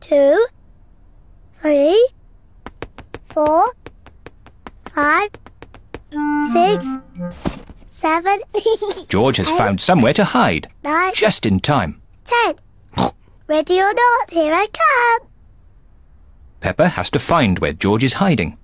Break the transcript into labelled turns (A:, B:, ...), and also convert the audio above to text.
A: two, three, four, five, six, seven,
B: George has found somewhere to hide,
A: nine,
B: just in time.
A: ten. Ready or not, here I come.
B: Pepper has to find where George is hiding.